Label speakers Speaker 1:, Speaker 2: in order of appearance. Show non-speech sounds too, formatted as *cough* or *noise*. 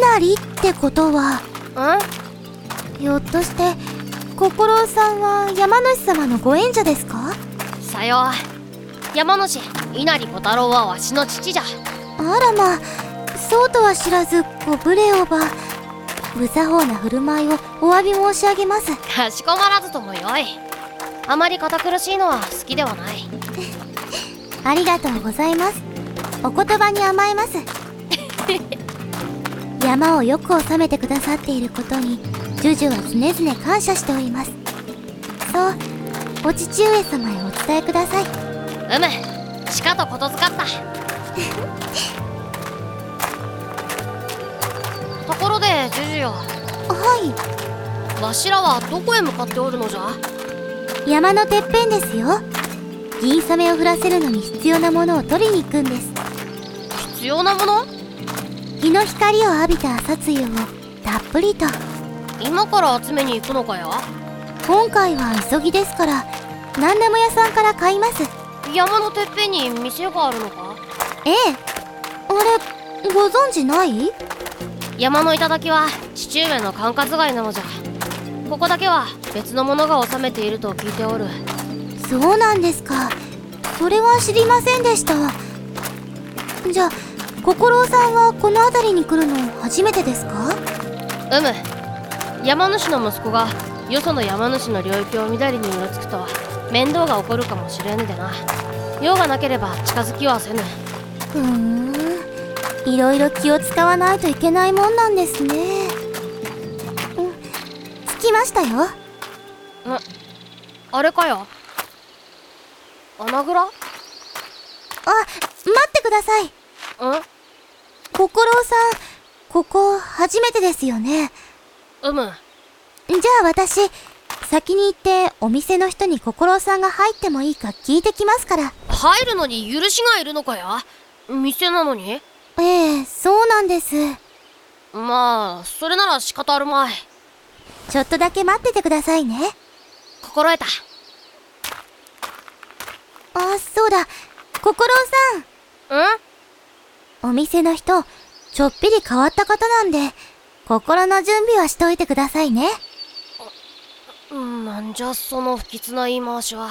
Speaker 1: なりってことはひょっとして心尾さんは山主様のご縁者ですか
Speaker 2: んさよう山主稲荷小太郎はわしの父じゃ
Speaker 1: あらまそうとは知らずご無礼をば無作法な振る舞いをお詫び申し上げます
Speaker 2: かしこまらずともよいあまり堅苦しいのは好きではない
Speaker 1: ありがとうございますお言葉に甘えます *laughs* 山をよく治めてくださっていることにジュジュは常々感謝しておりますそうお父上様へお伝えくださいう
Speaker 2: むしかとことづかったところでジュジュよ
Speaker 1: は
Speaker 2: わしらはどこへ向かっておるのじゃ
Speaker 1: い山のてっぺんですよ銀雨を降らせるのに必要なものを取りに行くんです
Speaker 2: 必要なもの
Speaker 1: 日の光を浴びた朝露をたっぷりと
Speaker 2: 今から集めに行くのかや
Speaker 1: 今回は急ぎですから何でも屋さんから買います
Speaker 2: 山のてっぺんに店があるのか
Speaker 1: ええあれご存知ない
Speaker 2: 山の頂は父上の管轄外なのじゃここだけは別の者が治めていると聞いておる
Speaker 1: そうなんですかそれは知りませんでしたじゃあ心尾さんはこの辺りに来るの初めてですか
Speaker 2: うむ山主の息子がよその山主の領域をみだりにうろつくとは面倒が起こるかもしれぬでな用がなければ近づきはせぬ
Speaker 1: ふーんいろいろ気を使わないといけないもんなんですねうん着きましたよ
Speaker 2: あれかよ穴蔵ん
Speaker 1: あ待ってください心尾さんここ初めてですよね
Speaker 2: うむ
Speaker 1: じゃあ私、先に行ってお店の人に心尾さんが入ってもいいか聞いてきますから。
Speaker 2: 入るのに許しがいるのかや店なのに
Speaker 1: ええそうなんです。
Speaker 2: まあそれなら仕方あるまい
Speaker 1: ちょっとだけ待っててくださいね。
Speaker 2: 心得た
Speaker 1: あ、そうだ。心尾
Speaker 2: うん
Speaker 1: さん、お店の人、ちょっぴり変わった方なんで、心の準備はしといてくださいね。
Speaker 2: うんなんじゃその不吉な言い回しは